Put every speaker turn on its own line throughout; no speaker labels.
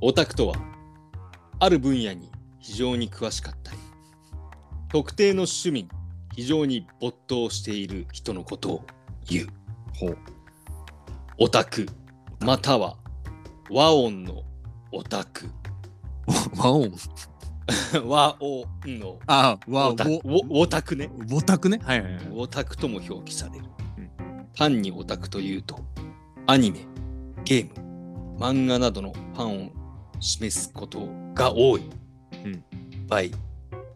オタクとは、ある分野に非常に詳しかったり、特定の趣味に非常に没頭している人のことを言う。
ほう。
オタク、または和音のオタク、
和音。
和音の
あ、和
オタク
音。
おオタクね。
オタクね。はいはいはい。
オタクとも表記される
うん。
単にオタクというと、アニメ、ゲーム、漫画などのファンを示すことが多い。
うん。
by ウ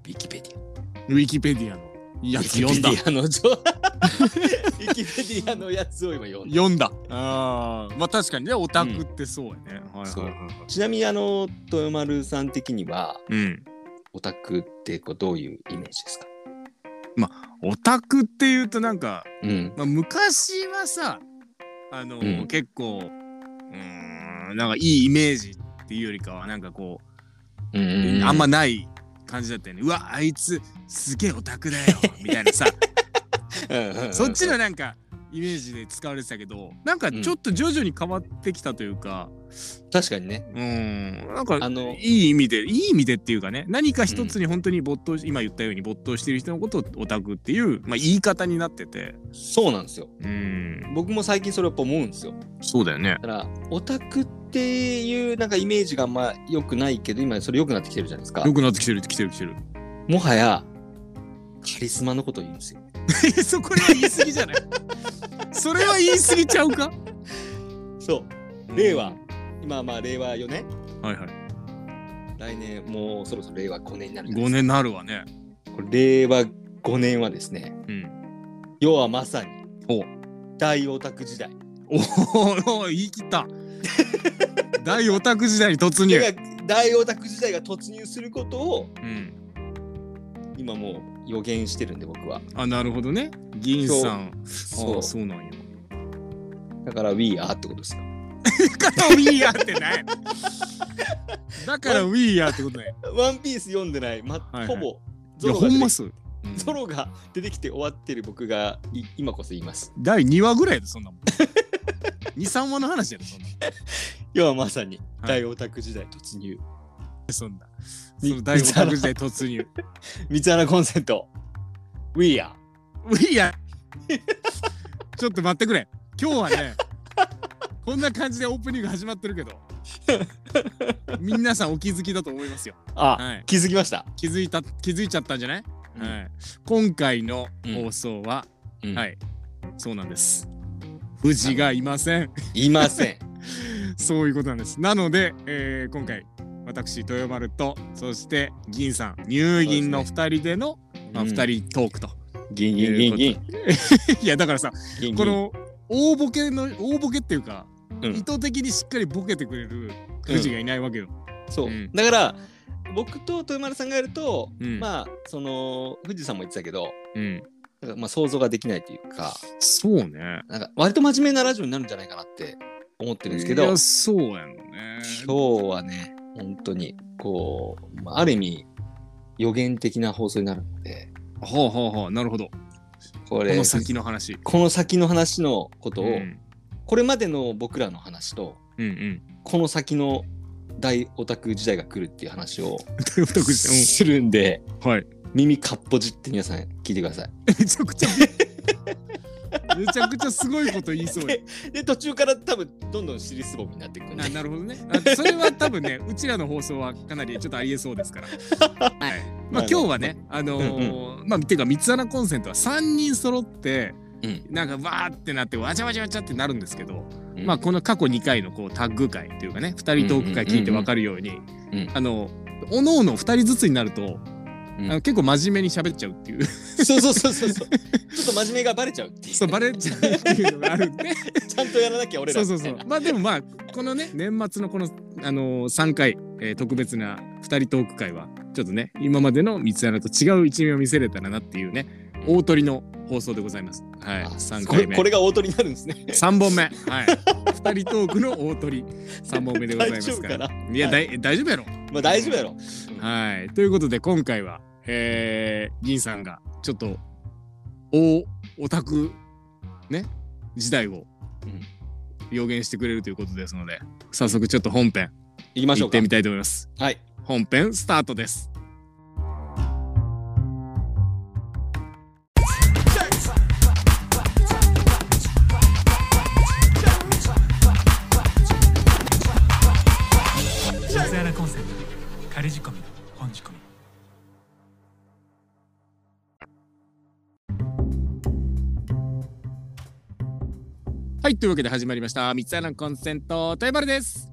ィキペディア。
ウィキペディアのやつ読んだ
ウィキ。ペディアの 情ウィキペディアのやつを今読んだ。
読んだ。ああ。まあ確かにね、オタクってそうやね。はいはい
そう
はいはい。
ちなみにあの、豊丸さん的には、
うん。
オタクってこうどういうイメージですか
オタクっていうとなんか、
うん。
まあ、昔はさあの、
うん
結構うーんなんかいいイメージっていうよりかはなんかこ
うん
う、
うんうん、
あんまない感じだったよねうわあいつすげえオタクだよみたいな さ
うんうんうん、
そっちのなんかイメージで使われてたけどなんかちょっと徐々に変わってきたというか
確かにね。
うーんなんか
あの
いい意味でいい意味でっていうかね何か一つに本当に没頭し、今言ったように没頭してる人のことをオタクっていう、まあ、言い方になってて
そうなんですよ。
うーん
僕も最近それやっぱ思うんですよ。
そうだよね
だからオタクっていうなんかイメージがあんま良くないけど今それ良くなってきてるじゃないですか
よくなってきてるきてるきてる
もはやカリスマのこと言うんですよ
え そこは言い過ぎじゃない それは言い過ぎちゃうか
そう令和今まあ令和4年
はいはい
来年もうそろそろ令和5年になるじゃないです
5年なるわね
かこれ令和5年はですね
うん
要はまさに
お
大オタク時代
おお言い切 った大オタク時代に突
い
入
や大オタク時代が突入することを
うん
今もう予言してるんで僕は
あなるほどね議員さん
そ
あ
う
そうなんや
だから We are ってことですよ
だから We Are ってないだから We Are ってことね
ワンピース読んでない、ま
はいはい
ほぼ
い
ゾ
や
ロが
ほ
出てき
んますうん
ゾロが出てきて終わってる僕がい今こそ言います。
第2話ぐらいやでそんなもん23話の話やでそんなもん
要はまさに
はい
大オタク時代突入。
そんなそ
み
の大オタク時代突入
三つ穴コンセント。We are。
いや、ちょっと待ってくれ。今日はね、こんな感じでオープニング始まってるけど、皆さんお気づきだと思いますよ。
あ、
はい
気づきました。
気づいた、気づいちゃったんじゃない、
うん
はい、今回の
うん
放送は、
うん
はい、そうなんです。富士がいません。
いませ ん。
そういうことなんです。なので、えー今回、私、豊丸と、そして銀さん、乳銀の2人での、まあ、
うん
2人トークと。
ギンギンギンギン。
いや、だからさ、
ギンギン
この大ボケの大ボケっていうか、
うん
意図的にしっかりボケてくれる富士がいないわけよ。
そう、
うん
だから僕と豊丸さんがやると、
うん
まあその富士山も言ってたけど、
うん、
なんかまあ想像ができないというか、
そうね。
なんか割と真面目なラジオになるんじゃないかなって思ってるんですけ
い
ど
や、そうやんね。
今日はね、本当に、こう、まあある意味、予言的な放送になるので、
ほうほうほう、なるほど。こ
これ、
の先の話。
この先の話のことを、
うん、
これまでの僕らの話と、
うん、 うん。
この先の大オタク時代が来るっていう話 を
ということで
するんで、
うんはい。
耳かっぽじって皆さん聞いてください。
めちゃくちゃ。 めちゃくちゃすごいこと言いそうや。
で、途中から多分、どんどん尻すぼみになっていくんで
あ、なるほどね。あそれは多分ね、う ちらの放送はかなりちょっとありえそうですから。はい。まあ今日はね、あのーまあっていうか三つ穴コンセントは三人揃って、
うん
なんかわーってなってわちゃわちゃわちゃってなるんですけど、
うん
まあこの過去2回のこうタッグ会というかね、二人トーク会聞いてわかるように、
うん
あのおのおの二人ずつになると、
うん
あの結構真面目に喋っちゃうって い う、
そうそうそうそうそう。ちょっと真面目がバレちゃうっていう。
そうバレちゃうっていうのがあるんで。
ちゃんとやらなきゃ俺ら
そう
みた
そ
いうな。
そう。まあでもまあこのね年末のこのあのー、3回、えー特別な2人トーク会はちょっとね今までの三つ穴と違う一面を見せれたらなっていうね大鳥の放送でございます。はい。
あ
3
これ
回目。
これが大鳥になるんですね。
3本目。はい。2人トークの大鳥3本目でございますから。
大丈夫かない
や、だい大丈夫やろ。
まあ大丈夫やろ。
はい。ということで今回は、えー、銀さんがちょっと大オタクね時代を
うん
予言してくれるということですので早速ちょっと本編
行きまし
行
ょ
っ
うか
てみたいと思います。
はい
本編スタートです。
水原コンセント仮仕込み本仕込み
はい、というわけで始まりました。三つ穴コンセント、大 丸です。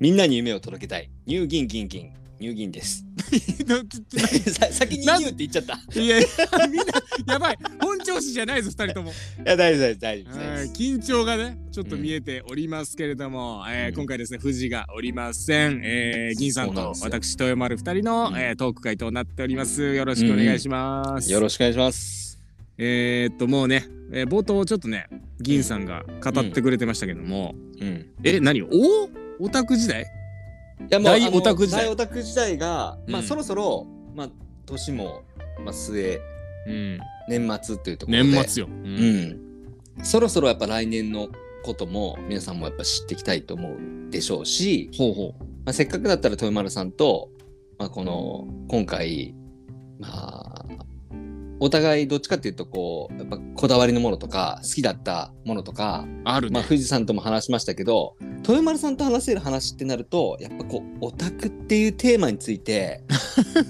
みんなに夢を届けたいニューギンギンギンニューギンです さ先にニューって言っちゃったい
いや、みんな、 やばい。本調子じゃないぞ、二人とも。
や大丈夫です大丈夫
は
で
い
す
緊張がね、ちょっと見えておりますけれども、えー
うん
今回ですね、富士がおりません。えー銀さん
そうなん
と
ですよ
私、豊丸二人の、
うん
えートーク会となっております。よろしくお願いします。
よろしくお願いします
えーっと、もうね、えー冒頭ちょっとね、銀さんが語ってくれてましたけども、
うん
え、何おオタク時代
いやもう
大
あの
オタク時代
大オタク時代が、まあ
うん
そろそろ、まあ、年も、まあ、末
うん。
年末というところで
年末よ。うん
うん、そろそろやっぱ来年のことも皆さんもやっぱ知っていきたいと思うでしょうし、
ほうほ
まあ、せっかくだったら豊丸さんと、まあ、この今回まあお互いどっちかっていうとこうやっぱこだわりのものとか好きだったものとか、
う。ある
まあ、
ね。
富士山とも話しましたけど豊丸さんと話せる話ってなるとやっぱこうオタクっていうテーマについて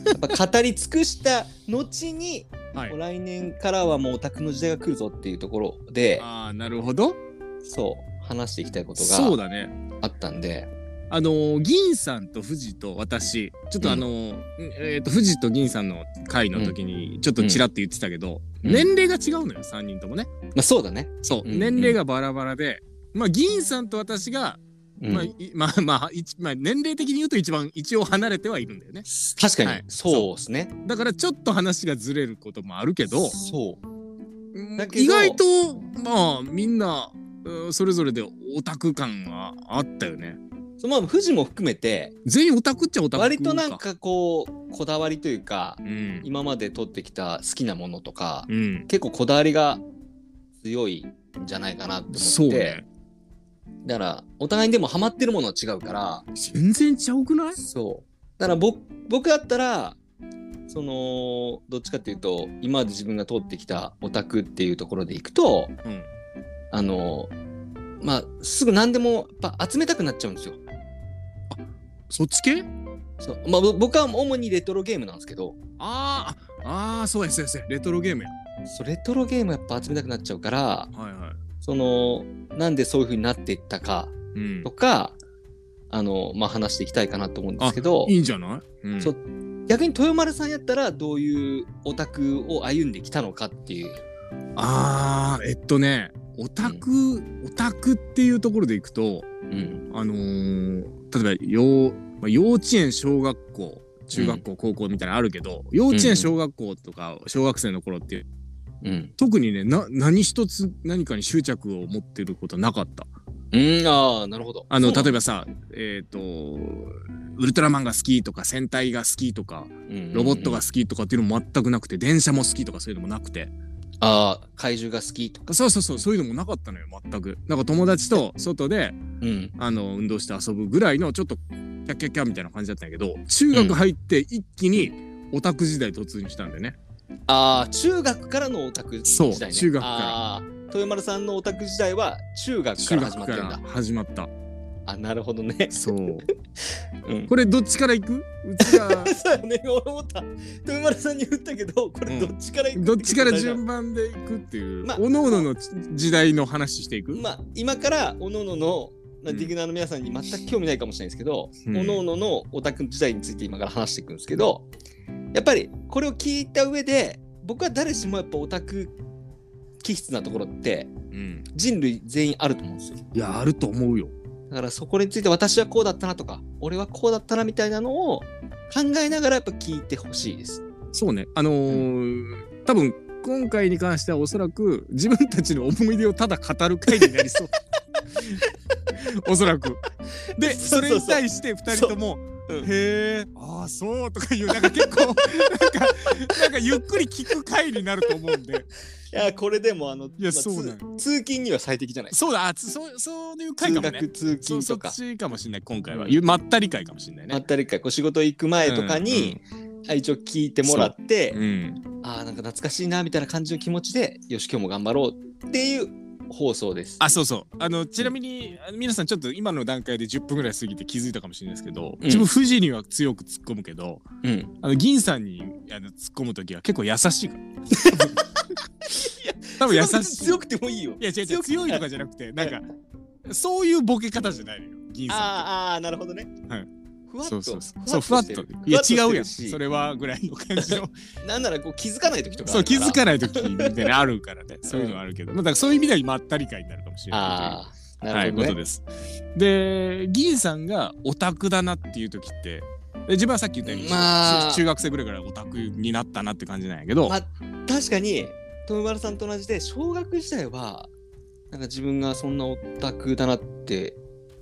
やっぱ語り尽くした後に、
はい
もう来年からはもうオタクの時代が来るぞっていうところで
ああ、なるほど。
そう話していきたいこと
そう
が
だね。
あったんで
あのー銀さんと富士と私ちょっとあのーうんえー、と富士と銀さんの会の時にちょっとちらっと言ってたけど、
うん
年齢が違うのよ3人ともね
まあそうだね、
そ
う
う、
んうん
年齢がバラバラでまあ銀さんと私が、
うん
まあ、いまあまあ一まあ年齢的に言うと一番一応離れてはいるんだよね
確かに、
はい
そうですね
だからちょっと話がずれることもあるけど
そうだけど
意外とまあみんなうんそれぞれでオタク感があったよね
そのまあ富士も含めて
全員オタクっちゃオタク
割となんかこうこだわりというか
うん
今まで撮ってきた好きなものとか
うん
結構こだわりが強いんじゃないかなって思って
そうね
だからお互いにでもハマってるものは違うから
全然ちゃうくない
そうだから僕僕だったらそのどっちかっていうと今まで自分が通ってきたオタクっていうところでいくと、
うん
あのまあすぐ何でもやっぱ集めたくなっちゃうんですよ。
そっち系
そうまあ、ぼ僕は主にレトロゲームなんですけど
あーああそうやそうやそうやレトロゲームや
そうレトロゲームやっぱ集めたくなっちゃうから
はいはい
そのなんでそういう風になっていったか
うん
とかあの、まあ、話していきたいかなと思うんですけど
いいんじゃない、うん
そう逆に豊丸さんやったらどういうオタクを歩んできたのかっていう。
ああえっとねオタク、オタクっていうところでいくと
うん
あのー、例えば幼,、まあ、幼稚園小学校中学校、高校みたいなのあるけど幼稚
うんうん
園小学校とか小学生の頃って
うん、
特にねな何一つ何かに執着を持ってることなかった
うん、ああなるほど。
あの例え
ば、
ばさえっ、とウルトラマンが好きとか戦隊が好きとか
うん
ロボットが好きとかっていうのも全くなくて電車も好きとかそういうのもなくて
ああ怪獣が好きとか。
そうそうそうそういうのもなかったのよ全くなんか友達と外で
うん
あの運動して遊ぶぐらいのちょっとキャッキャッキャみたいな感じだったんやけど中学入って一気にオタク時代突入したんだよね、
ああ中学からのオタク時代、ね、
そう中学から
あー豊丸さんのオタク時代は中学か
中
ら始
学
まっ
か
てん
ら
だ
始まった
あなるほどね
そう
うん
これどっちから行くう ちら
そうだね俺思った豊丸さんに言ったけどこれどっちから行く、
どっちから順番で行くっていう、
まあ
おのおのの時代の話していく、
まあ今からおのののまあ
うん
ディグナーの皆さんに全く興味ないかもしれないですけど、
うん
おのおののオタク時代について今から話していくんですけどやっぱりこれを聞いた上で僕は誰しもやっぱオタク気質なところって
うん、
人類全員あると思うんですよ
いやあると思うよ
だからそこについて私はこうだったなとか俺はこうだったなみたいなのを考えながらやっぱ聞いてほしいです。
そうね、あのー多分今回に関してはおそらく自分たちの思い出をただ語る回になり そう。おそらく。で、
そそうそ
そう
う
れに対して2人とも、
うん
へえああそうとかいうなんか結構なんかなんかゆっくり聞く回になると思うんで
いやこれでもあの
や
まあ
そうなん
通通勤には最適じゃない
そうだあつそうそういう回
通
かもね
学通
そ
勤
そ
と
っ
か
ちかもしれない今回は、
うん
ゆまったり回かもしれない
まっ
ね
たりかこう仕事行く前とかに、あ一応聞いてもらって、
うんうん
あーなんか懐かしいなみたいな感じの気持ちでよし今日も頑張ろうっていう放送です。
あそうそうあのちなみにあの皆さんちょっと今の段階で10分ぐらい過ぎて気づいたかもしれないですけど、自分富士には強く突っ込むけど
うん、
あの銀さんにあの突っ込む時は結構優しいから多分優しい
強くてもいいよ。
いや違う違う強いとかじゃなくてなんかそういうボケ方じゃないのよ銀さ
あーあーなるほどね。
はい
ふ
ん
わっ
そ
と
うそうそうそうふわっといや違うやんそれはぐらいの 感じの
なんならこう気づかない時とかあ
そう
るか
気
ら
づかない時みたいなのあるからねそういうのはあるけど、まあ、だからそういう意味ではまったり会になるかもしれないと
あ
いう
あな
は
る
い、
ほど、ね
ことです。で、銀さんがオタクだなっていう時って、で自分はさっき言ったように、
まあ
中学生ぐらいからオタクになったなって感じなんやけど、
まあ確かに富丸さんと同じで小学時代はなんか自分がそんなオタクだなって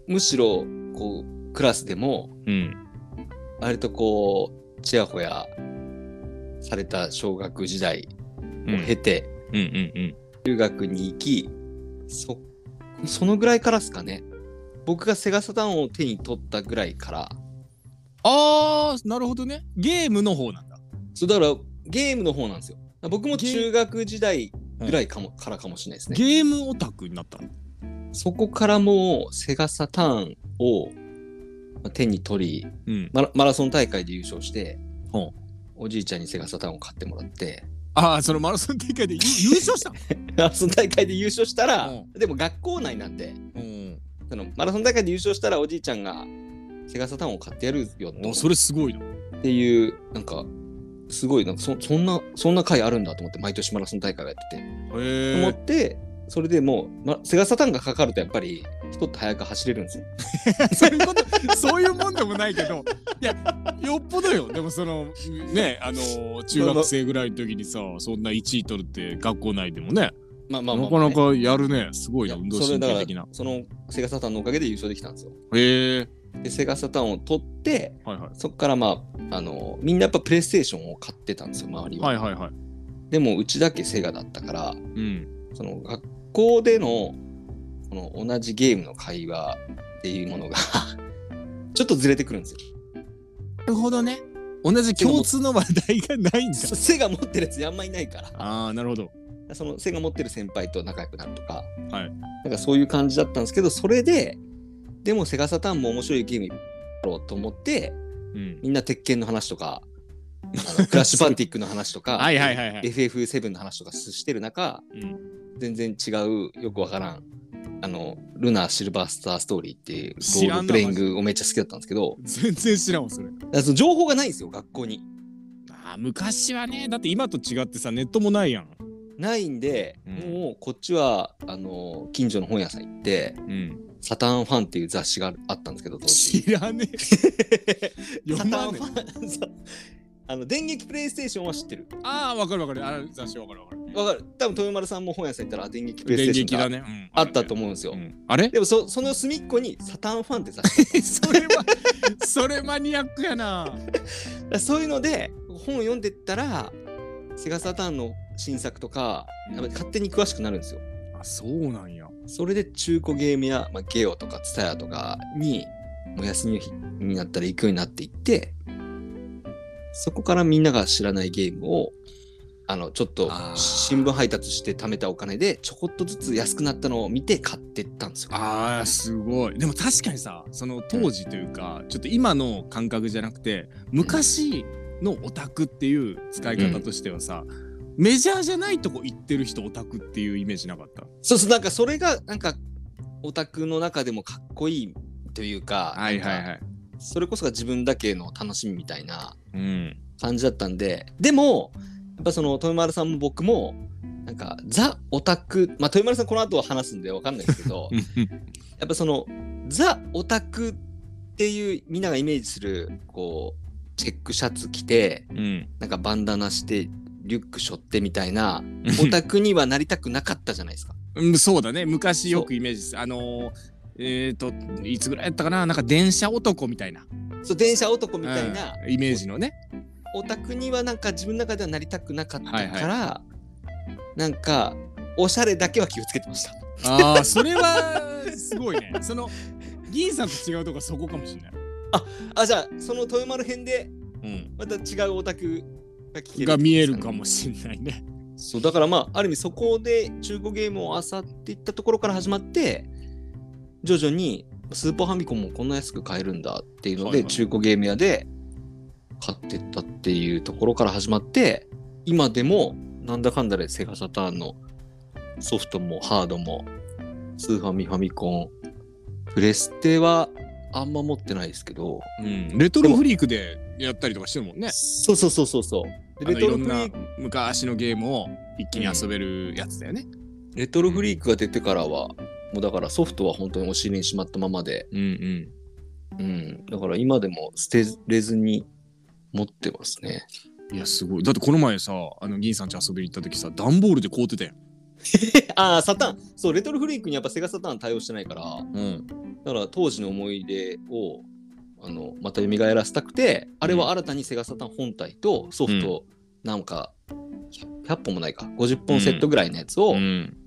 むしろこうクラスでも
うん、
割とこうちやほやされた小学時代
うん、うん、
を経て、
うん、うん。
中学に行きそそのぐらいからですかね僕がセガサターンを手に取ったぐらいから
あー、なるほどね。ゲームの方なんだ。
そうだからゲームの方なんですよ僕も中学時代ぐらいかも、からかもしれないですね
ゲームオタクになったの。
そこからもうセガサターンをまあ手に取り
うん。
マラマラソン大会で優勝して、
ほう
おじいちゃんにセガサターンを買ってもらって
あー、そのマラソン 大会で優優勝したの。
マラソン大会で優勝したら、
うん
でも学校内なんで
うん。
そのマラソン大会で優勝したらおじいちゃんがセガサターンを買ってやるよ
お
と
それすごいな。
っていうなんかすごいなんかそそんなそんな回あるんだと思って毎年マラソン大会をやってて、と思
へ
ってそれでもう、ま、セガサターンがかかるとやっぱり人って早く走れるんですよ。
え。そういうこと、そういうもんでもないけど、いや、よっぽどよ。でもその、ね、あの中学生ぐらいの時にさ、そんな1位取るって学校内でもね。
まあまあま
な
あ
か
まあね、
なかやるね。すごい
い
な、
や
運動
それ
神
だか
経
ら
的な。
そのセガサターンのおかげで優勝できたんですよ。
へえ。
でセガサターンを取って
はいはい。
そこからまああのみんなやっぱプレイステーションを買ってたんですよ周りは。
はいはいはい。
でもうちだけセガだったから
うん。
その学校でのこの同じゲームの会話っていうものが ちょっとずれてくるんですよ。
なるほどね。同じ共通の話題がないんだ。
そセガ持ってるやつあんまいないから
ああ、なるほど。
そのセガ持ってる先輩と仲良くなるとか、
はい
なんかそういう感じだったんですけどそれででもセガサターンも面白いゲームやろうと思って
うん。
みんな鉄拳の話とかあの クラッシュパンティックの話とか
はいはいはいはい。
FF7 の話とかしてる中、
うん
全然違うよくわからんあの「ルナーシルバースターストーリー」っていう
知
ロ
ら
ー
ん
ル
な
プレイングをめっちゃ好きだったんですけど
全然知らんわ、それ。
だからその情報がないんですよ学校に。
ああ、昔はね、だって今と違ってさ、ネットもないやん。
ないんで、
うん
もうこっちはあの近所の本屋さん行って
うん。
「サターンファン」っていう雑誌があったんですけど当時。
知らねえ。
サ
読
ター
ま
ン
ね
フ
え。
ァンそうあの電撃プレイステーションは知ってる。
ああ、わかるわかる。あー雑誌わかるわかる。
わかる多分豊丸さんも本屋さん行ったらあ電撃プレイ
電
ステーシ
撃
ョ
だ
ンが
ね。うん
あったと思うんですよ。
うんあれ
でもそその隅っこにサターンファンって雑誌
それは、それマニアックやな。
だからそういうので本を読んでったらセガサターンの新作とかやっぱり勝手に詳しくなるんですよ。
あ、そうなんや。
それで中古ゲームや、まあ、ゲオとかツタヤとかにもう休みの日になったら行くようになっていってそこからみんなが知らないゲームをあのちょっと
あー
新聞配達して貯めたお金でちょこっとずつ安くなったのを見て買ってったんですよ。
あーすごいでも確かにさその当時というか、ちょっと今の感覚じゃなくて昔のオタクっていう使い方としてはさ、メジャーじゃないとこ行ってる人オタクっていうイメージなかった
そうそうなんかそれがなんかオタクの中でもかっこいいというかなんか
い
それこそが自分だけの楽しみみたいな
うん
感じだったんででもやっぱその豊丸さんも僕もなんかザ・オタクまあ豊丸さんこの後話すんでわかんないですけ どやっぱそのザ・オタクっていうみんながイメージするこうチェックシャツ着て
うん
なんかバンダナしてリュック背負ってみたい なオタクにはなりたくなかったじゃないですか。
うんそうだね昔よくイメージするあのーえっ、といつぐらいやったかななんか電車男みたいな
そう電車男みたいな、
うんイメージのね
オタクにはなんか自分の中ではなりたくなかったから、なんかおしゃれだけは気をつけてました。
ああそれはすごいねその銀さんと違うとこそこかもしれない、
あじゃあその豊丸編でまた違うオタクが聞ける
が見えるかもしれないね
そうだからまあある意味そこで中古ゲームを漁っていったところから始まって徐々にスーパーファミコンもこんな安く買えるんだっていうの
はい
で
はい
中古ゲーム屋で買ってったっていうところから始まって今でもなんだかんだでセガサターンのソフトもハードもスーファミファミコンプレステはあんま持ってないですけど、
うんレトロフリークでやったりとかしてるもんね
そうそうそうそうそう
あ
で
の
レ
い
ト
ろ
ロ
ん
フリ
な
ーク
昔のゲームを一気に遊べるやつだよね
レトロフリークが出てからは、もうだからソフトは本当にお尻にしまったままで、
うんうん
うん、だから今でも捨てれずに持ってますね。
いやすごいだってこの前さあの銀さんち遊びに行った時さ段ボールで凍ってたよ、
ああ、サターン、そう、レトロフリークにやっぱセガサターン対応してないから、
うん、
だから当時の思い出をあのまた蘇らせたくて、あれは新たにセガサターン本体とソフト、なんか 100, 100本もないか、50本セットぐらいのやつを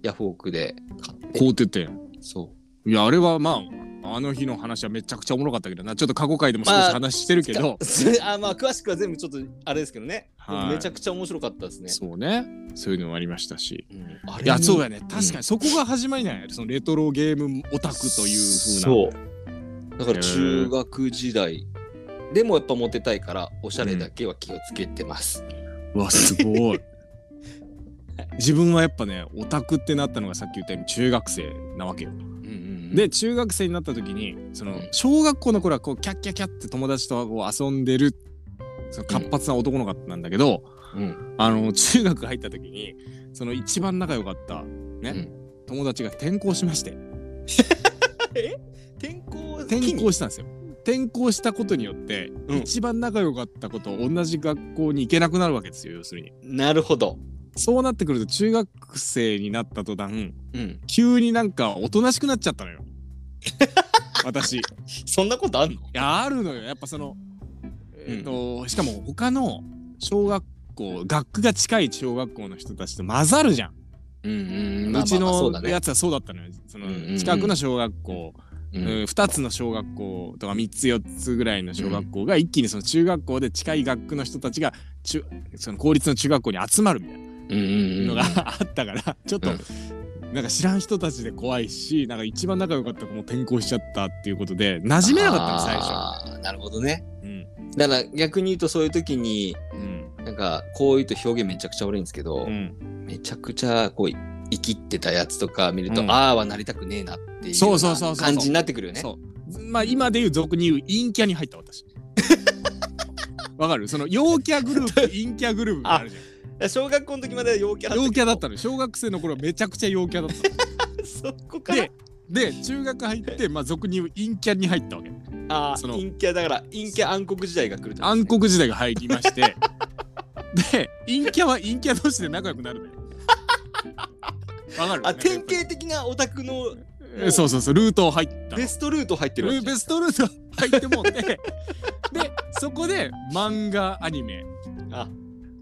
ヤフオクで買って、
凍ってたよ
そう。
いやあれはまああの日の話はめちゃくちゃおもろかったけどなちょっと過去回でも少し
まあ
話してるけど、
あまあ詳しくは全部ちょっとあれですけどね、
はい
でもめちゃくちゃ面白かったですね。
そうねそういうのもありましたし
うんあれ
いやそう
や
やね確かにそこが始まりなんやそのレトロゲームオタクという風な
そうだから中学時代でもやっぱモテたいからおしゃれだけは気をつけてます、
うわすごい 自分はやっぱねオタクってなったのがさっき言ったように中学生なわけよ
で
で中学生になった時にそうの
ん
小学校の頃はこうキャッキャッキャッって友達とこう遊んでるその活発な男の子なんだけど、
うん
あの中学入った時にその一番仲良かったね、
うん
友達が転校しまして
転校
転校したんですよ。転校したことによって、
うん
一番仲良かった子と同じ学校に行けなくなるわけですよ要するに。
なるほど、
そうなってくると中学生になった途端
うん、
急になんかおとなしくなっちゃ ったのよ私。
そんなことあんの
いやあるのよやっぱその、えーとしかも他の小学校学区が近い小学校の人たちと混ざるじゃん、
うんう
うちのやつはそうだったのよその
うんうんうん
近くの小学校、
う
うん
ん
2つの小学校とか3つ4つぐらいの小学校が一気にその中学校で近い学区の人たちが中その公立の中学校に集まるみたい
うんうん
なの
う
が
ん
あったからちょっと、なんか知らん人たちで怖いしなんか一番仲良かった子も転校しちゃったっていうことで馴染めなかったの最初。
あーなるほどね
うん
だから逆に言うとそういう時に
うん
なんかこういうと表現めちゃくちゃ悪いんですけど、
うん
めちゃくちゃこう生きってたやつとか見ると、
うん
ああはなりたくねえなっていう
そ
よ
う
う
そうそうそう
な感じになってくるよね。
そう。まあ今で言う俗に言う陰キャに入っ た私。わかるその陽キャグル ープ陰キャグループがあるじゃ
小学校の時までは陽キャだ
ん。
った
陽キャだったたの。小学生の頃はめちゃくちゃ陽キャだっ
けど。 そこか
た。
ら
で、で中学入ってまあ俗に言う陰キャに入ったわけ。
ああ
その
陰キャだから陰キャ暗黒時代が来るってことです
暗
ね
黒時代が入り まして。で陰キャは陰キャ同士で仲良くなるのよ。わかる
あ典型的なオタクの
えそうそうそうルートを入ったの
ベストルート入ってるわ
ル
けじゃ
ーベ
ん
ストルート入ってもんででそこで漫画アニメ
あ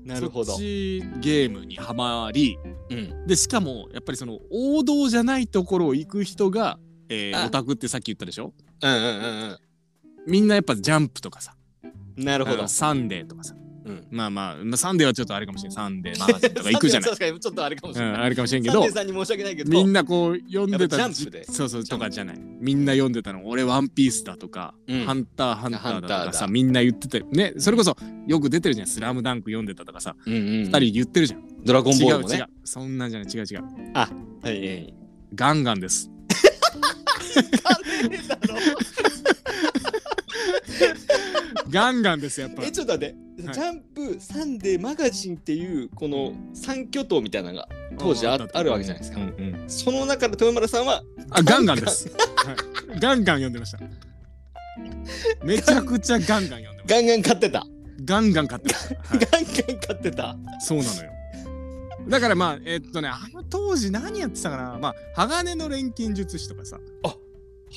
なるほど
そっ。ちゲームにはまり
うん
でしかもやっぱりその王道じゃないところを行く人が、えー
あ
オタクってさっき言ったでしょ
うんうんうん
みんなやっぱジャンプとかさ
うん。なるほ
あ
ど
の。サンデーとかさ
うん。
まあまあ、まあ、サンデーはちょっとあれかもしれないサンデーマガジンとか行くじゃない、
確かにちょっとあれかもし
う
れ
ん、
ない。
あれかもしれんけ
サン
ど
デーさんに申し訳ないけど。
みんなこう読んで
や
た
っぱジャンプで
そうそうとかじゃないみんな読んでたの俺ワンピースだとか、
うん
ハンターハンターだ
ハ
と
ンタ
か
ーだ
さみんな言ってたよねそれこそよく出てるじゃん「スラムダンク読んでたとかさ
うんうんうん
二人言ってるじゃん、
ドラゴンボ
違
ー
う
ルも
違
ね
う。そんなんじゃない違う違う
はいはい。
ガンガンです
あれだ ろ
ガンガンですやっぱ
えちょっと待って、
はい
ジャンプサンデーマガジンっていうこの三巨頭みたいなのが当時あ
うん
あるわけじゃないですか
うんうん
その中で豊村さんは
あガンガンです、はいガンガン読んでましためちゃくちゃガンガン読んでました
ガンガン買ってた、
ガンガン買ってました、はい
ガンガン買ってた
そうなのよだからまあえっとねあの当時何やってたかなまあ鋼の錬金術師とかさ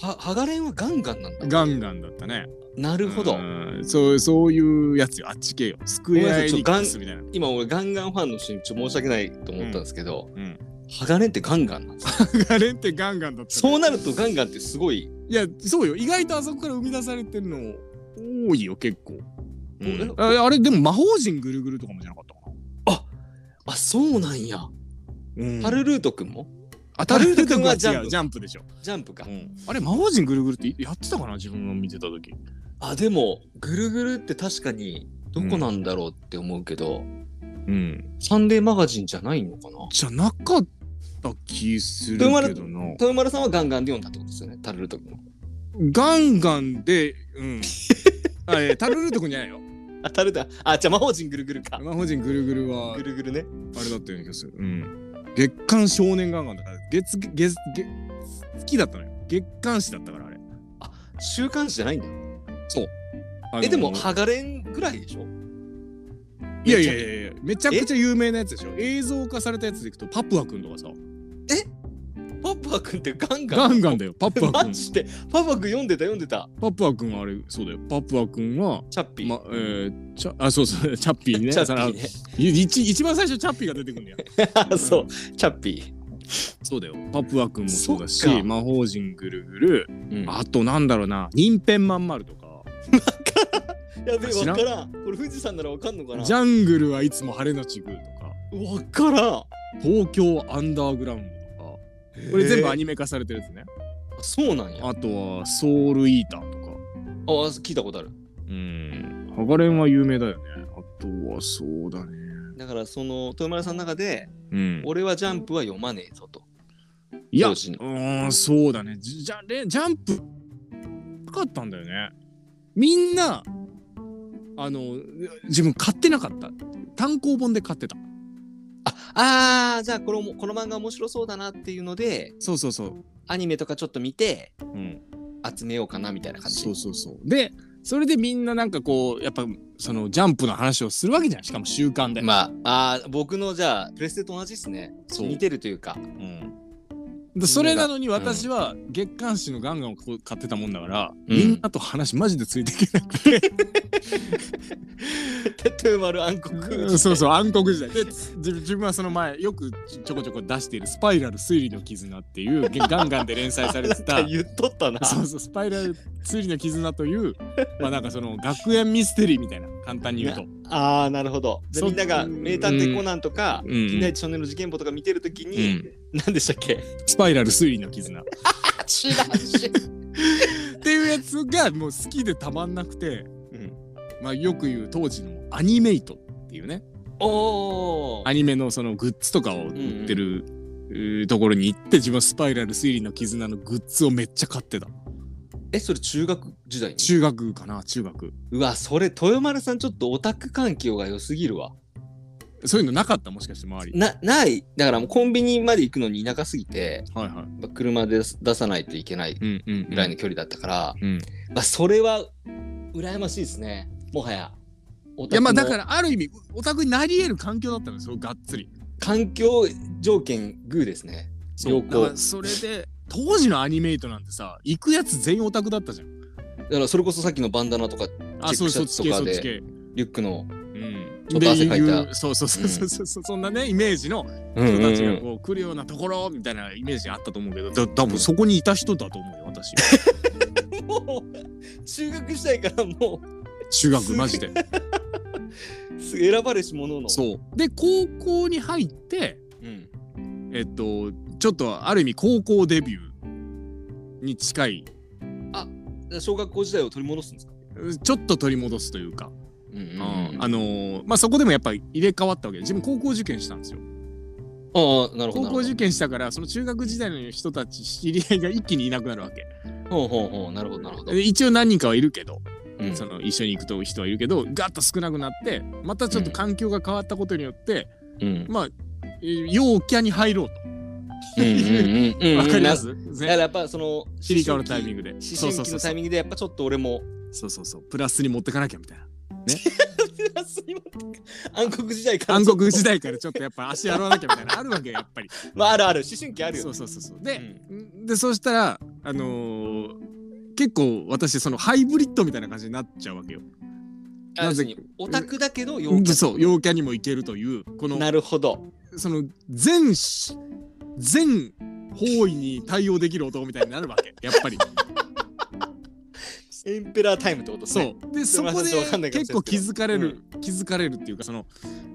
は、ハガレンはガンガンなんだ。
ガンガンだったね。
なるほど
う。んそうそういうやつよあっち系よスクエアエニックスみたいな。
今俺ガンガンファンの人にちょっと申し訳ないと思ったんですけど、
うん
ハガレンってガンガンなんですか
ガレンってガンガンだったね、
そうなるとガンガンってすごい、
いやそうよ意外とあそこから生み出されてるの多いよ結構、
うん
ああれでも魔法陣ぐるぐるとかもじゃなかったかな、
あ、そうなんや。
うん
パルルート君も
あタルル君は
タルル君はジ
ジ
ャン
ャ
プ
ンプジャンプでしょ、
ジャンプか。
あれ魔法陣ぐるぐるってやってたかな自分が見てた時
あ、でも、ぐるぐるって確かに、どこなんだろうって思うけど、
うん
サンデーマガジンじゃないのかな
じゃなかった気するけどな
豊丸さんはガンガンで読んだってことですよね、タルルート君も。
ガンガンでうん あえタルルート君じゃないよ
あ、タルルート、あ、じゃあ魔法陣ぐるぐるか。
魔法陣ぐるぐるは
ぐるぐるね。
あれだったような気がする。月刊少年ガンガンだから、月、月、月、月だったのよ。月刊誌だったから、あれ。
週刊誌じゃないんだよ。そう。
あの
え、でも、ハガレンぐらいでしょ
いやいやいやいや、めちゃくちゃ有名なやつでしょ。映像化されたやつでいくと、パプア君とかさ、
パパ君ってガンガン
ガンガンだよ、パプア
マ
君。
ジで、パパ君読んでた読んでた。
パプア君はあれ、そうだよ。パプア君は、
チャッピー。
ま、えー、チャ、 あ、そうそう、チャッピー ね。
チャ
そ
ッ
の
ピーね。
一一番最初、チャッピーが出てくるん だよ。
あ、そう、チャッピ
そうだよ。パプア君もそうだ
そっか
し、魔法陣ぐるぐる、
ー。うん、
あとなんだろうな、任天まんまるとか。
やべえ、
知ら
わ
ん
からん。これ富士山ならわかんのかな
ジャングルはいつも晴れのちぐとか、
わからん。
東京アンダーグラウンドとか、これ全部アニメ化されてるやつね。
あそうなんや。あ
あとはソウルイーターとか、
聞いたことある。
うん、ハガレンは有名だよね。あとはそうだね。
だからその豊丸さんの中で、
うん、
俺はジャンプは読まねえぞと。
いや、う
当時の
ーん、そうだね。じじゃレジャンプ、なかったんだよね。みんな、あの、自分買ってなかった。単行本で買ってた。
ああーじゃあこのもこの漫画面白そうだなっていうので
そうそうそう。
アニメとかちょっと見て
うん、
集めようかなみたいな感じ。
そうそうそう。で、それでみんななんかこう、やっぱそのジャンプの話をするわけじゃん。しかも習慣で。
まああー僕のじゃあプレステと同じですね。
そう
似てるというか。
うんでそれなのに私は月刊誌のガンガンをこう買ってたもんだから、
うん
みんなと話マジでついていけなく
豊丸暗黒。
て、そうそう暗黒時代で自自分はその前よくちょこちょこ出している「スパイラル推理の絆」っていうげガンガンで連載され
な
て た
んか言っとったな。
そうそうスパイラル推理の絆というまあなんかその学園ミステリーみたいな簡単に言うと、
ああなるほど。で
そ
みんなが
うん
名探偵コナンとか、
うん
近代一少年の事件簿とか見てるときに、何でしたっ け
スパイラル推理の絆
あ知らんし。
っていうやつがもう好きでたまんなくて、
うん
まあ、よく言う当時のアニメイトっていうね
おー
アニメのそのグッズとかを売ってる、うーところに行って自分はスパイラル推理の絆のグッズをめっちゃ買ってた
えそれ中学時代に
中学かな中学
うわそれ豊丸さんちょっとオタク環境が良すぎるわ
そういうのなかったもしかして周り
なないだからもうコンビニまで行くのに田舎すぎて
はいはい
まあ車で出さないといけない
うんうん
ぐらいの距離だったから、
うんい
まあ、それは羨ましいですねもはやオ
やまあだかららある意味オタクになり得る環境だったのよそうがっつり
環境条件グーですね
そう
良好
だからそれで当時のアニメイトなんてさ行くやつ全員オタクだったじゃん
だからそれこそさっきのバンダナとか
あそう
チェッ
そっ
ク
ち
シャツ
系
とか
そっ
で
ち系
リュックの
うん
ちょっと汗かいた
でいうそうそうそうそうそうそう、そんなねイメージの人
人
た
た
ち
ち
が
が
こう来るようなところみたいなイメージあったと思うけど、だ多分そこにいた人だと思うよ私
もう中学時代からも
中学マジで
うす選ばれし者の
そうで高校に入って
うん、
えっとちょっとある意味高校デビューに近い
小学校時代を取り戻すんですか、
ちょっと取り戻すというか、
うんうん
うんあのーまあそこでもやっぱり入れ替わったわけで自分高校受験したんですよ
ああ、なるほど。なる
高校
ほど
受験したからその中学時代の人たち知り合いが一気にいなくなるわけ
ほうほうほう、なるほど、なるほど。
で一応何人かはいるけど
うん
その一緒に行くと人はいるけどガッと少なくなってまたちょっと環境が変わったことによって、
うん
まあえー陽キャに入ろう
うんうんうんう
と
ん
わかりま
な
す
だ
全
からやっぱその、
切り替わるタイミン
グ。
グで
思
そうそ
春期
うそ
の
う
タイミングでやっぱちょっと俺も
そうそうそうプラスに持ってかなきゃみたいな
暗黒時代からちょ
暗
っと
黒時代からちょっとやっぱ足洗わなきゃみたいなあるわけよやっぱり
まああるある思春期あるよ
そうそうそうそうで
う、ん
でそうしたらあのー結構私そのハイブリッドみたいな感じになっちゃうわけよ。
あ
なぜ
別にオタクだけど陽キャ
そう陽キャにもいけるというこの
なるほど
その全し全方位に対応できる男みたいになるわけ やっぱり
エンペラータイムってことです
そ
ね
うで
す
そ
いませ
こ
ん
で
わかんないかもしれない
結構気
です
づかれる、気づかれるっていうかその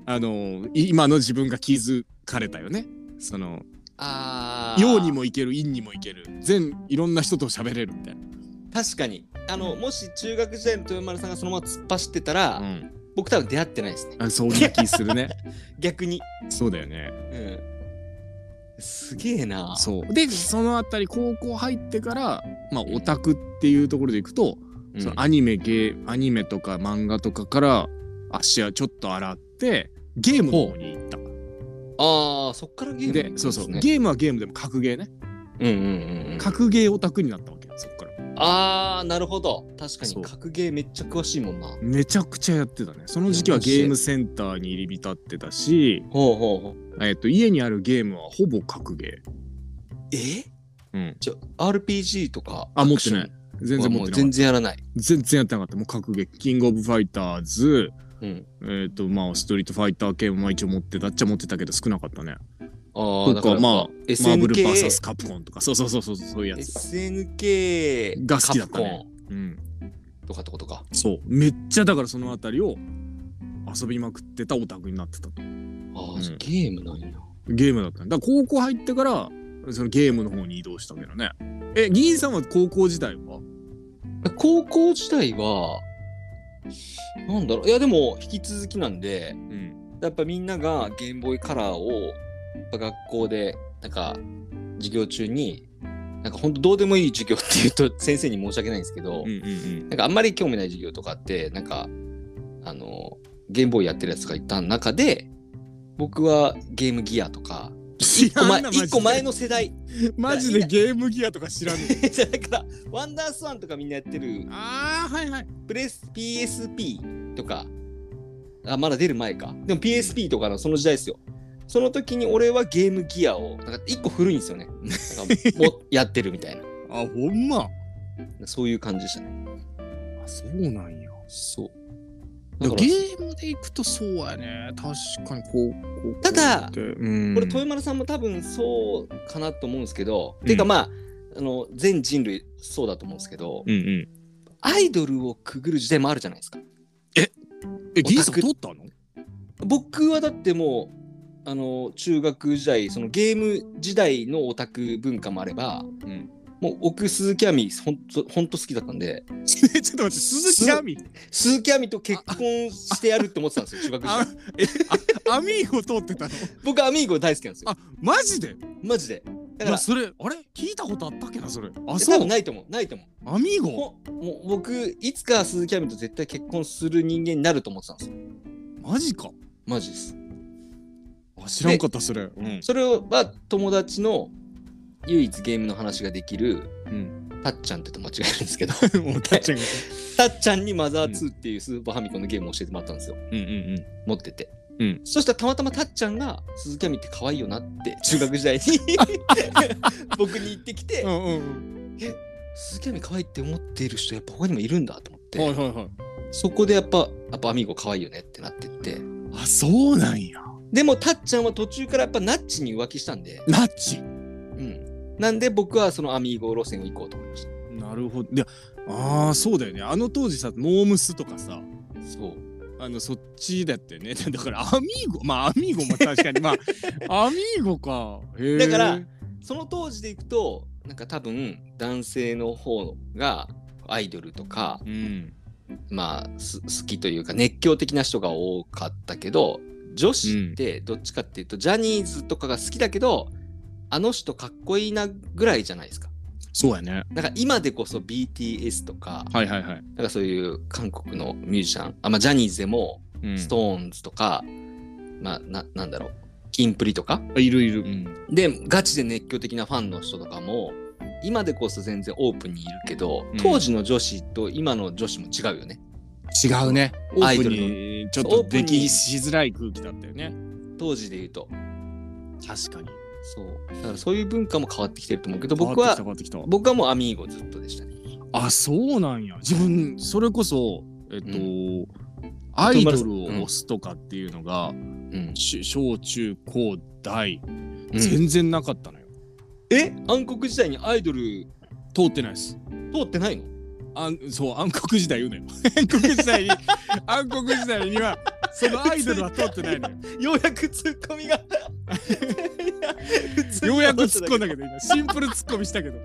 あのーい今の自分が気づかれたよねその
ああ
陽にもいける陰にもいける全いろんな人と喋れるみたいな、
確かにあのもし中学時代の豊丸さんがそのまま突っ走ってたら、
うん
僕多分出会ってないですね
あ、そうな気 するね
逆に
そうだよね
うんすげえな
そうでそのあたり高校入ってからまあオタクっていうところでいくと、
うん
そのアニメゲーアニメとか漫画とかから足はちょっと洗ってゲームの方に行った。
ああそっからゲーム
で
に行くん
そうそう
ですね
ゲームはゲームでも格ゲーね
うんうんうんうん
格ゲーオタクになったわけよそっから
ああなるほど確か
そ
に
う
格ゲーめっちゃ詳しいもんな
めちゃくちゃやってたねその時期はゲームセンターに入り浸ってたし、
ほうほうほう
えっと家にあるゲームはほぼ格ゲー
え
うん
じゃ RPG とか
あ持ってない全
全然
然持ってなか
全
った
然やらない
全然やってなかったもう格ゲーキングオブファイターズ
うん
えっ、とまあストリートファイター系もまあ一応持ってたっちゃ持ってたけど少なかったね。
ああ
と
だ
か
から
まあマーブル
SNK
VS カプコンとかそうそうそうそうそういうやつ。
SNK
が好きだったね
カプコン
うん、
とかってことか
そうめっちゃだからそのあたりを遊びまくってたオタクになってたと
ああ、
うん
ゲームなんや
ゲームだったね。だから高校入ってからそのゲームの方に移動したけどね。え議員さんは高校時代は
高校時代はなんだろういやでも引き続きなんで
うん
やっぱみんながゲームボーイカラーをやっぱ学校でなんか授業中になんかほんとどうでもいい授業っていうと先生に申し訳ないんですけど、
うんうんうん
なんかあんまり興味ない授業とかってなんかあのゲームボーイやってるやつがいた中で僕はゲームギアとか
知
お
ら
前
んな
一個前
の
の世代
マジでゲームギアとか知らんね
だ からワンダースワンとかみんなやってる
ああはいはい
プレス PSP とかあまだ出る前かでも PSP とかのその時代ですよその時に俺はゲームギアをなんか1個古いんですよねなんかも やってるみたいな
あほんま
そういう感じでしたね
あそうなんや
そう
で
だ
も
か
ゲ
ら
ームで行くとそうやね確かにこうこう
ただ
こうやってうん
これ豊丸さんも多分そうかなと思うんですけど、
うん
ていうかまああの全人類そうだと思うんですけど、
うんうん
アイドルをくぐる時代もあるじゃないですか
え
オタク
銀さん通ったの
僕はだってもうあの中学時代そのゲーム時代のオタク文化もあれば、
ん
もう奥鈴木亜美ほんとほんと好きだったんで
ちょっと待って鈴木亜美
鈴木亜美と結婚してやるって思ってたんですよ中学時
あ
代
えあアミーゴ通ってたの
僕アミーゴ大好きなんですよ
あマジで
マジでだ
い
か
や
ら
それあれ聞いたことあったっけなそれあ
多
そう
分ないと思うないと思う
アミーゴ
ほもう僕いつか鈴木亜美と絶対結婚する人間になると思ってたんですよ
マジか
マジです
あ知らんかったそれうん
それは友達の唯一ゲームの話ができる
うん
たっちゃんって友達がいるんですけど
もうたっちゃんが
たっちゃんにマザー2っていうスーパーファミコンのゲームを教えてもらったんですよ
うんうんうん
持ってて、
うん
そしたらたまたまたっちゃんが鈴木亜美って可愛いよなって中学時代 に僕に言ってきて、
うんうん
鈴木亜美可愛いって思っている人やっぱ他にもいるんだと思って、
うんはいはいはい
そこでやっぱやっぱアミーゴ可愛いよねってなってって
あそうなんや
でもたっちゃんは途中からやっぱナッチに浮気したんで、
ナッチ
うん、なんで僕はそのアミーゴ路線を行こうと思いました
なるほどいやああそうだよねあの当時さノームスとかさ
そう
あのそっちだったよね だからアミーゴまあアミーゴも確かにまあ アミーゴかへえ
だからその当時でいくとなんか多分男性の方がアイドルとか
うん
まあす好きというか熱狂的な人が多かったけど女子ってどっちかっていうと、ジャニーズとかが好きだけどあの人かっこいいなぐらいじゃないですか。
そうやね
なんか今でこそ BTS とか
はいはいはい、
なんかそういう韓国のミュージシャンあ、まあ、ジャニーズでも
う
SixTONES とか、まあななんだろうキンプリとか
いるいる、うん、
でガチで熱狂的なファンの人とかも今でこそ全然オープンにいるけど
うん
当時の女子と今の女子も違うよね。
違うねオー
アイ
プ
ド
ン
ルの
にちょっ
オ
と
ープン
で
に
きしづらい空気だったよね
当時で言うと
確かに
そうだからそういう文化も変わってきてると思うけど
変わって
僕は
きた変わってきた
僕はもうアミーゴずっとでしたね
あそうなんや自分それこそえっと、
う
アイドルを推すとかっていうのが、
うん、
し小中高大全然なかったのよ、
え暗黒時代にアイドル
通ってないです
通ってないの
あんそう暗黒時代言うのよ 暗黒 時代に暗黒時代にはそのアイドルは通ってないのよ
ようやくツッコ ミが
ようやく突っ込んだけど今シンプル突っ込みしたけど、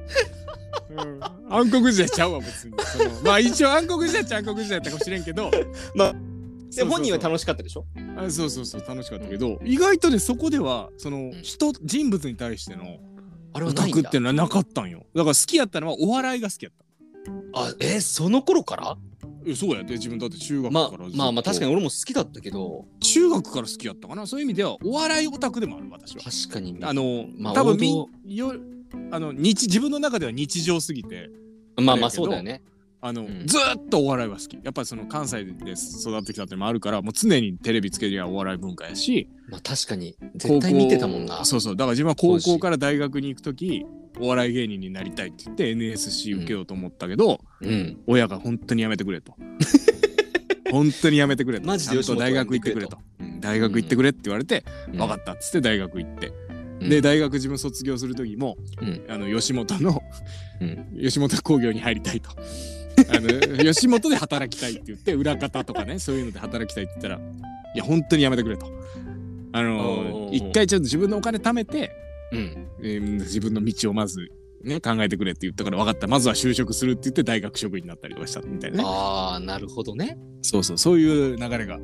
うん、暗黒時代ちゃうわ別にそのまあ一応暗黒時代っちゃ暗黒時代やったかもしれんけど
まあ
そ
で
うそうそう
本人は楽しかったでしょ
あそうそうそう楽しかったけど、意外とねそこではその
ん
人人物に対しての
あれ
オ
はな
タ
いん
クっ
だ
てのはなかったんよだから好きやったのはお笑いが好きやった
あえその頃から
えそうやって自分だって中学
まあ
からずっと
まあまあ確かに俺も好きだったけど
中学から好きやったかなそういう意味ではお笑いオタクでもある私は
確かに
あの、
まあ
多分
王道
みよあの日自分の中では日常すぎて
まあまあそうだよね
あの、
ん
ずーっとお笑いは好きやっぱりその関西で育ってきたってのもあるからもう常にテレビつけりゃお笑い文化やし、
まあ確かに絶対見てたもん
高
な
校そうそうだから自分は高校から大学に行く時お笑い芸人になりたいって言って NSC 受けようと思ったけど、
うん
親が本当にやめて くれと本当にやめてくれと
マジで
ちゃんと大学行ってくれと、うん大学行ってくれって言われて、
うん
分かったっつって大学行って、
うん
で大学自分卒業する時も、
うん
あの吉本の、
う
吉本興業に入りた いと。あの吉本で働きたいって言って裏方とかねそういうので働きたいって言ったらいや本当にやめてくれとあ
おうおうお
の
う
一回ちょっと自分のお金貯めて、
うん
えー自分の道をまずね考えてくれって言ったから分かったまずは就職するって言って大学職員になったりとかしたみたいなね
ああなるほどね
そうそうそういう流れが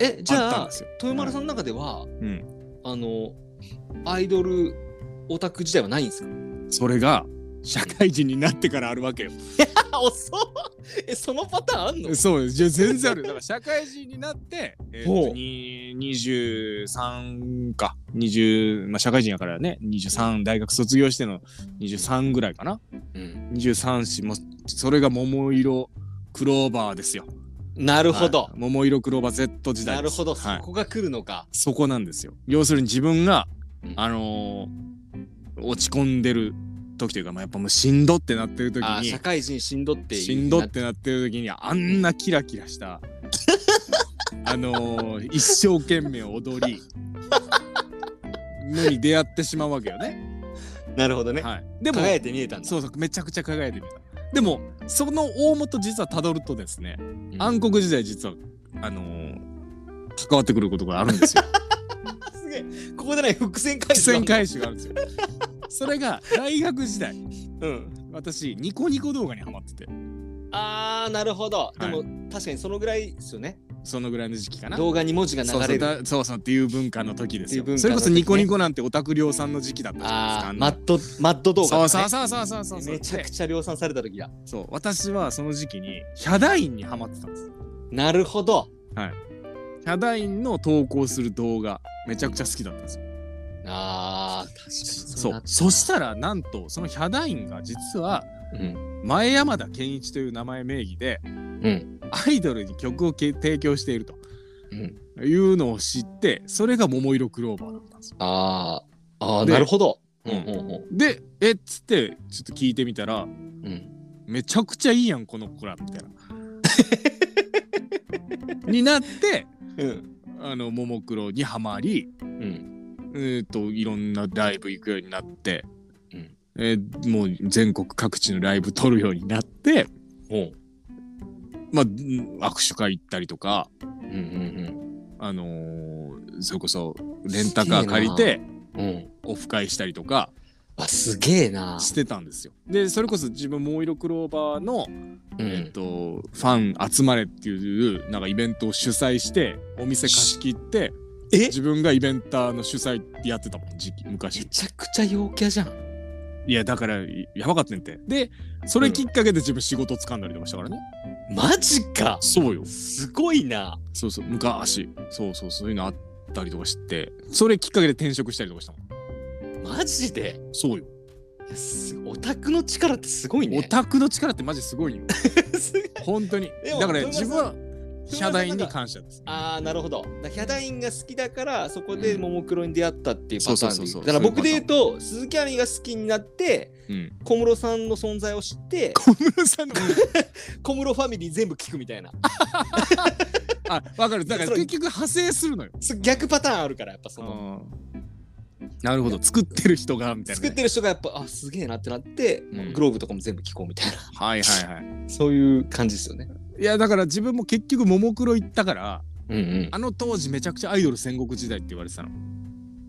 えじ
あった
ゃあ
んですよ
豊丸さんの中では、
ん
あのアイドルオタク時代はないんですか
それが社会人になってからあるわけよ
あ遅っえそのパターンあんの
そうじゃ全然あるだから社会人になって、えー
ほ
と
う
に23か20、まあ、社会人やからね23大学卒業しての23ぐらいかな
うん
23しもうそれが桃色クローバーですよ
なるほど、
はい桃色クローバー Z 時代
な
で
る
す
ほど、
はい
そ、こが来るのか
そこなんですよ要するに自分が、
うん
あのー落ち込んでる時というか、まあ、やっぱもうしんどってなってる時
あー
に
社会人しんどっていう
しんどってなってる時にあんなキラキラした あのー一生懸命踊りのに出会ってしまうわけよね。
なるほどね、
はい、でも
輝いて見えたんだ
そうそうめちゃくちゃ輝いてみた。でもその大元実はたどるとですね、
うん
暗黒時代実はあのー関わってくることがあるん ですよ。
すげえここでない伏線回
伏
収
線回収があるんですよ。それが大学時代
うん
私ニコニコ動画にハマってて
ああなるほど、
い
でも確かにそのぐらいですよね
そのぐらいの時期かな。
動画に文字が流
そうそ
れ
う
る
だそうそうっていう文化の時ですよ、
っていう文化の時ね
それこそニコニコなんてオタク量産の時期だったじゃないですか
あ
あ
あ
ん
マ
な
ッドマッド動画、
そ
ね、
うそうそうそうそうそうそう
めちゃく
で
ちゃ量産された時だ
そう私はその時期にヒャダインにハマってたんです
なるほど
ヒャダインの投稿する動画めちゃくちゃ好きだったんですよ
あー確かに
そう
なった
そしたらなんとそのヒャダインが実は
うん
前山田健一という名前名義で
うん
アイドルに曲をけ提供していると
うん
いうのを知ってそれが桃色クローバーだったんですよ
あーあー
で
なるほど
う
うんんうんう
でえっつってちょっと聞いてみたら
んうん
めちゃくちゃいいやんこの子らみたい な。になって
うん
あのももクロにはまり、
うん
えー、といろんなライブ行くようになって、
うん
えーもう全国各地のライブ撮るようになって、
うん
まあ、うん握手会行ったりとか、
うんうん
あのーそれこそレンタカー借りて
うんうん
オフ会したりとか
あすげえな
してたんですよ。でそれこそ自分もう色クローバーの
う
えっ
ん
と、ファン集まれっていうなんかイベントを主催してお店貸し切って
え
自分がイベンターの主催ってやってたもん時期
め
昔
ちゃくちゃ陽キャじゃん
いやだからいやばかったねんてでそれきっかけで自分仕事掴んだりとかしたからね、
マジか
そうよ
すごいな
そうそう昔そうそうそういうのあったりとかしてそれきっかけで転職したりとかしたもん
マジで
そうよ、
いやすオタクの力ってすごいね
オタクの力ってマジすごいよ
すごい
本当に
でも
だから
豊
自
川
分はヒャダインに感謝です。
ああなるほどだからヒャダインが好きだからそこでももクロに出会ったっていうパタ
そう
ーン
そ
で
う
い
そうそう
くだから僕で言うと鈴木亜美が好きになって
うん。
小室さんの存在を知って
小室さんの。
小室ファミリー全部聞くみたいな
あ、わかる。だから結局派生するのよ。
す逆パターンあるからやっぱその
うんなるほど。作ってる人がみたいなね。
作ってる人がやっぱあすげえなってなって、
うん
グローブとかも全部聞こうみたいな
はいはいはい。
そういう感じですよね
いやだから自分も結局ももクロ行ったから
うんうん
あの当時めちゃくちゃアイドル戦国時代って言われてたの。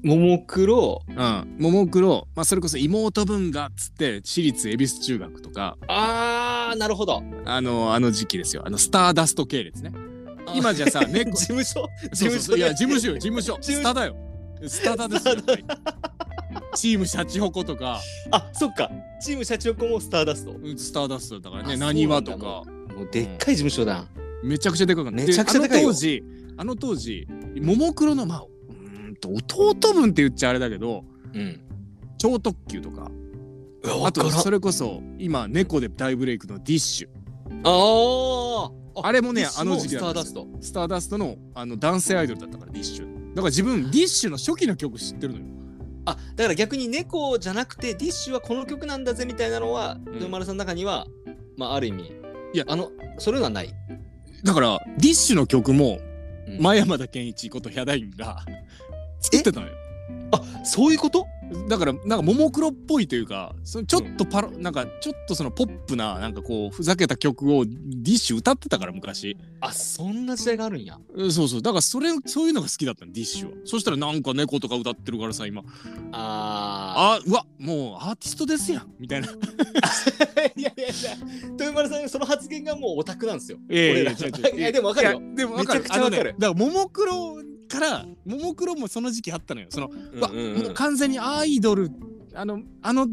ももクロ
うん。ももクロ、まあ、それこそ妹分がっつって私立恵比寿中学とか
あーなるほど
あのあの時期ですよあのスターダスト系列ね。今じ ゃさ猫
事務所事
そう
務
そ
所
うい
で
や事務所よ事務所
事務所
スタだよスタだですよやっぱりチームシャチホコとか
あそっかチーム社長子もスターダストも
うんスターダストだからね
あ
なにわとか
うでっかい事務所だ、
めちゃくちゃでかかった
めちゃくちゃでかいよ
あの当時あの当時ももクロのまあうーんと弟分って言っちゃあれだけど
うん
超特急とかあ
あ
と
と
そ
それ
れこそ今猫で大ブレイクのディッシュ
あー
あれもね
ディッシ
あ
ュも
の時期
スタ
だっ
ーダ
たんです
ス
よ
ト
スターダストのあの男性アイドルだったからディッシュだから自分ディッシュの初期の曲知ってるのよ
あだから逆に猫じゃなくてディッシュはこの曲なんだぜみたいなのは
ん
豊丸、さんの中にはまあある意味
いや
あのそれはない
だからディッシュの曲も
うん
前山田健一ことヒャダインが作ってたのよ
あそういうこと
だからなんかももクロっぽいというかそのちょっとパロ、なんかちょっとそのポップななんかこうふざけた曲をディッシュ歌ってたから昔
あそんな時代があるんや
うんそうそうだからそれそういうのが好きだったのディッシュはそしたらなんか猫とか歌ってるからさ今
あ
あうわもうアーティストですやんみたいな
あ いやいやいや豊丸さんのその発言がもうオタクなんですよ
え
俺らいやでもわかるよ
でもわかる
めちゃくちゃわかる
あのねだからももクロからももクロもその時期あったのよその
う
わもう完全にアイドルあのあの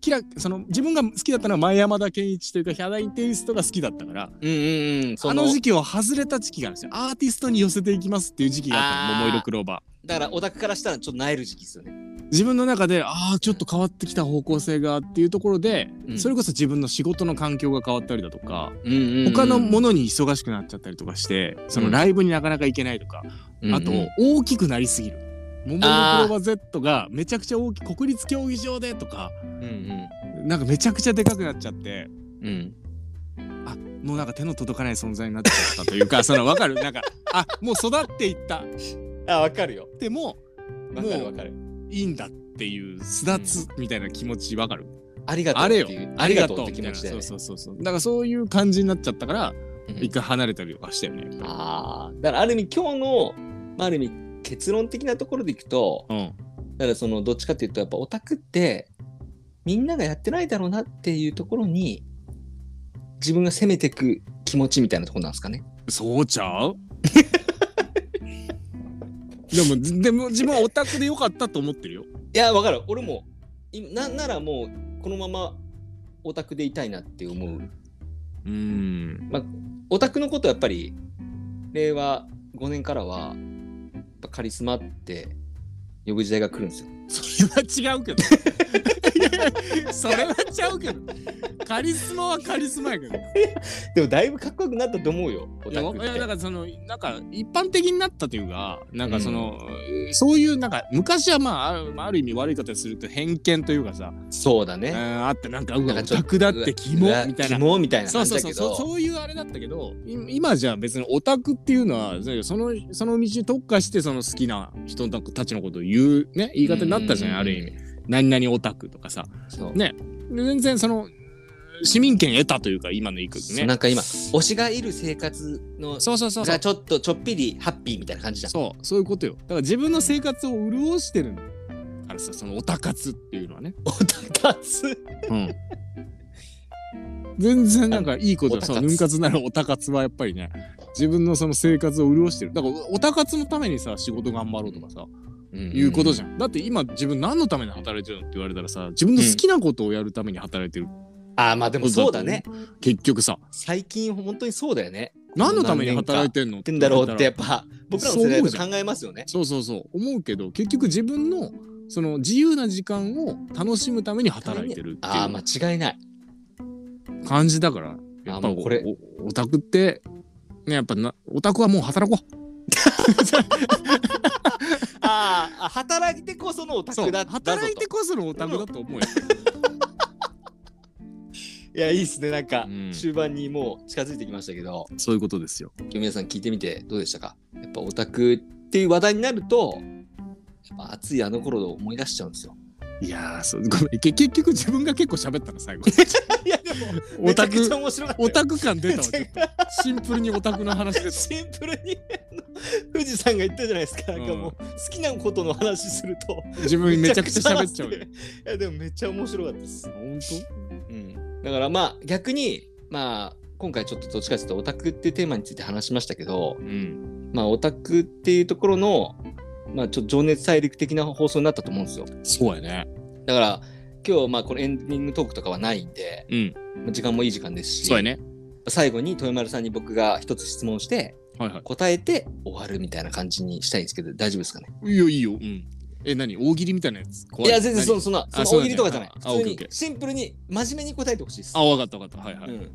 キラその自分が好きだったのは前山田健一というかヒャダインテイストが好きだったから
うんうんうんそ
あの時期を外れた時期があるんですよアーティストに寄せていきますっていう時期があったの
あー
桃色クローバ
だからオタクからしたらちょっと萎える時期ですよね
ー自分の中でああちょっと変わってきた方向性がっていうところで、
うん
それこそ自分の仕事の環境が変わったりだとか、
うんうんうん
他のものに忙しくなっちゃったりとかしてそのライブになかなか行けないとか、あと大きくなりすぎる。モモクローバー Z がめちゃくちゃ大きい国立競技場でとか
うんうん
なんかめちゃくちゃでかくなっちゃって
うん
もうなんか手の届かない存在になっちゃったというかその分かるなんかあもう育っていった
あわかるよ
でも
わかるわかる
いいんだっていう巣立つみたいな気持ち分かる、
ありがとう
あ
っ
れ
て
よ
いう
ありがとう
って
みた
気
いな、
持ちだよ
そう
ね
そうそうそうだからそういう感じになっちゃったから
うん
一回離れたりとかしたよねやっぱ
ああだからある意味今日の、まあ、ある意味結論的なところでいくと
り、うん、
だからそのどっちかっていうとやっぱオタクってみんながやってないだろうなっていうところに自分が攻めていく気持ちみたいなところなんですかね。
そうちゃう でもでも自分はオタクでよかったと思ってるよ
いやわかる俺もいなならもうこのままオタクでいたいなって思う
うん
オタクのことやっぱり令和5年からはやっぱカリスマって呼ぶ時代が来るんですよ。
それは違うけど それは違うけどカリスマはカリスマやけど
でもだいぶかっこよくなったと思うよオ
いや
タ
わ
ク
い
っ
や
て
だ。からそのなんか一般的になったというかなんかその、そういうなんか昔はまああるある意味悪い言い方すると偏見というかさ、
そうだ
う
ね。
んあってなんかう
な
わ
んか
オ
ちょ
タ
っと
クだってキモ
うわ
みたい
キ
な。
モみたいな
そう
感じ
そう
だ
そう
け
そう
ど。
そういうあれだったけどい今じゃ別にオタクっていうのはそのその道に特化してその好きな人たちのことを言うね言い方になったじゃないある意味
味。
何々オタクとかさ
そう
ねで全然その市民権得たというか今のいく
そう
ね
なんか今推しがいる生活の
そうそうそうそう
がちょっとちょっぴりハッピーみたいな感じじゃん。
そうそういうことよだから自分の生活を潤してるからさそのオタ活っていうのはね、
オタ活
うん、全然なんかいいこと
オ
だ
タ
そ
活
のヌン活ならオタ活はやっぱりね自分のその生活を潤してるだからオタ活のためにさ仕事頑張ろうとかさ、いうことじ
ゃん。
ゃんだって今自分何のために働いてるのって言われたらさ自分の好きなことをやるために働いてる、
あーまあでもそうだね。
結局さ
最近本当にそうだよね。
何のために働いてんのって言
ん
わ
だ
れた
ろ
ら
うってやっぱ僕らの世代だと考えますよね。
そうそうそう思うけど結局自分のその自由な時間を楽しむために働いてるって
ああ
い
間違いない。
う感じだから
あ
やっぱ
もうこれ
おおオタクってね、やっぱな、オタクはもう働こう。
あーあ働いてこそのオタクだだぞと
働いてこそのオタクだと思うよ。
いやいいっすねなんか、
うん
終盤にもう近づいてきましたけど
そういうことですよ。
今日皆さん聞いてみてどうでしたかやっぱオタクっていう話題になるとやっぱ暑いあの頃を思い出しちゃうんですよ
いやーそうごめんけ結局自分が結構喋ったの最後
いやでも
オ
めち
タ
ゃくちゃ
ク
面白かったよ
オタク感出たわちょっとシンプルにオタクの話です
シンプルにあの富士山が言ったじゃないですか、なんかもう好きなことの話すると
自分めちゃくちゃ喋っ ちゃう
め
よ
ちゃくちゃ話してるいやでもめっちゃ面白かったです、
本
うん、だからまあ逆にまあ今回ちょっとどっちかというとオタクっていうテーマについて話しましたけど
当うん
まあオタクっていうところのまあちょっと情熱大陸的な放送になったと思うんですよ
そうやね
だから今日まあこのエンディングトークとかはないんで
うん
まあ時間もいい時間ですし
そうやね
最後に豊丸さんに僕が一つ質問して
はいは
答えて終わるみたいな感じにしたいんですけど大丈夫ですかね
いいいよいいようんえ何大喜利みたいなやつ怖
いや全然そ
何
のそんなそ
あ
の
そう
大喜
なんだ
利とかじゃない
あ
普
オッ
通
ケーオッケ
に
ー
シンプルに真面目に答えてほしいです
あわかったわかったはいはい、
うん、だか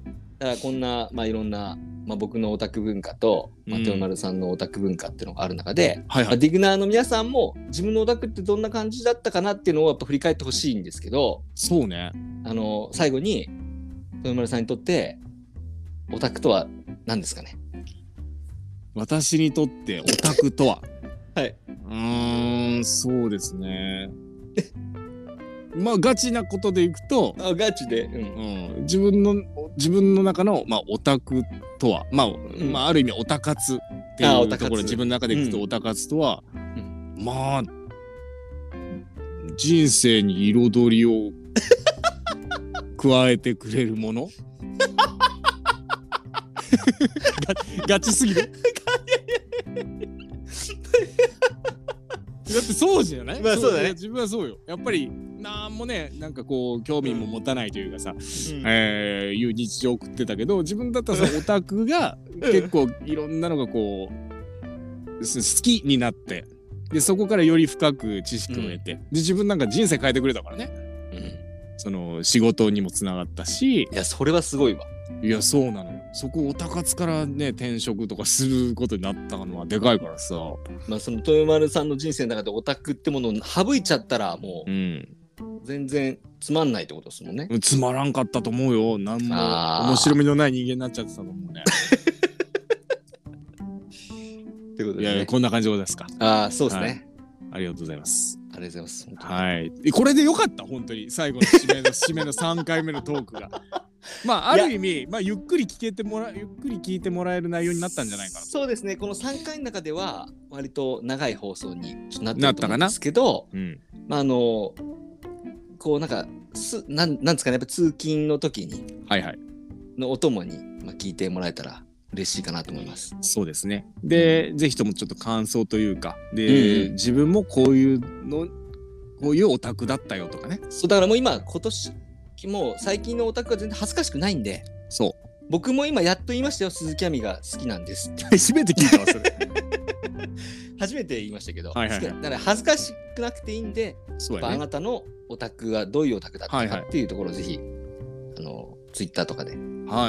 らこんな、まあ、いろんな、まあ、僕のオタク文化と、まあ、
うん
豊丸さんのオタク文化っていうのがある中で、
は
ま
いは
あ、
い
ディグナーの皆さんも自分のオタクってどんな感じだったかなっていうのをやっぱ振り返ってほしいんですけど
そうね
あの最後に豊丸さんにとってオタクとは何ですかね
私にとってオタクとは
はい、
うーんそうですねまあガチなことでいくと
あガチで、うん、
うん、自分の自分の中の、まあ、オタクとは、まあ
ん
まあ、ある意味オタ活って
あ
い
オ
う
タ活
ところ自分の中でいく
う
と
ん
オタ活とは、
う
まあ人生に彩 りを加えてくれるものガガチすぎるだ ってそうじゃない、
まあそうだね
いや自分はそうよやっぱりなんもねなんかこう興味も持たないというかさ、
うん
えーいう日常を送ってたけど自分だったらさオタクが結構いろんなのがこうす好きになってでそこからより深く知識を得て、で自分なんか人生変えてくれたからね
うん
その仕事にもつながったし
いやそれはすごいわ
いやそうなのよそこオタ活からね転職とかすることになったのはでかいからさ、
まあその豊丸さんの人生の中でオタクってものを省いちゃったらも
うん、
う全然つまんないってことですもんね。
つまらんかったと思うよ何も
あー
面白みのない人間になっちゃってたと思うね
ということで、
いや
ね、
いやこんな感じでございますか
ああそうですね、
はいありがとうございます
ありがとうございます。本当に
はい。えこれでよかった、本当に。最後の締めの締めの3回目のトークが。 まあ、あ
いや
る意味、まあ、ゆっくり聞けてもら、ゆっくり聞いてもらえる内容になったんじゃないかな。
そうですねこの3回の中では割と長い放送にちょっとなって
な
る
っ
と
た
思
か
うん
な
ですけど
うん。
まああのこうなんかすなんなんですかねやっぱ通勤の時に
はいはい。
のお供に、まあ、聞いてもらえたら嬉しいかなと思います。
そうですね。で、ぜひともちょっと感想というか、で、
うん
自分もこういうの、こういうオタクだったよとかね。
そうだからもう今今年もう最近のオタクは全然恥ずかしくないんで
そう。
僕も今やっと言いましたよ鈴木亜美が好きなんですって
初めて聞いた わ、それ。
初めて言いましたけど、
はいはいはい
好きなだから恥ずかしくなくていいんで
そう
やっぱ
や
あ
ね。
なたのオタクがどういうオタクだった
はいは
か
い
っていうところをぜひ、あのツイッターとかで
は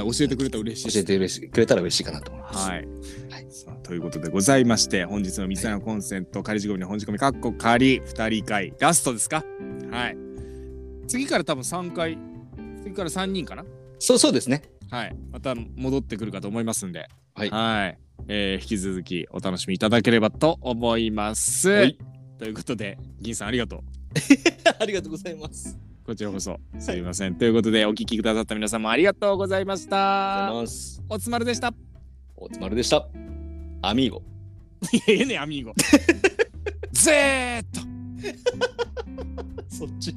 い。教えてくれたら嬉しいです
教えて嬉しくれたら嬉しいかなと思います。
はい
はい。
さあということでございまして、本日の三つのコンセント、仮仕込みの本仕込み、かっこ仮、二人会、ラストですかはい。次から多分三回、次から三人かな
そうそうですね。
はい。また戻ってくるかと思いますんで、
はい
えー引き続きお楽しみいただければと思います。
はい
ということで、銀さんありがとう。
ありがとうございます。
こちらこそ、すいません。ということで、お聞きくださった皆さんもありがとうございまし
ありがとう
た。
ございます。
おつまるでした。
おつまるでした。アミーゴ。
ええね、アミーゴ。ぜーっと。
そっち。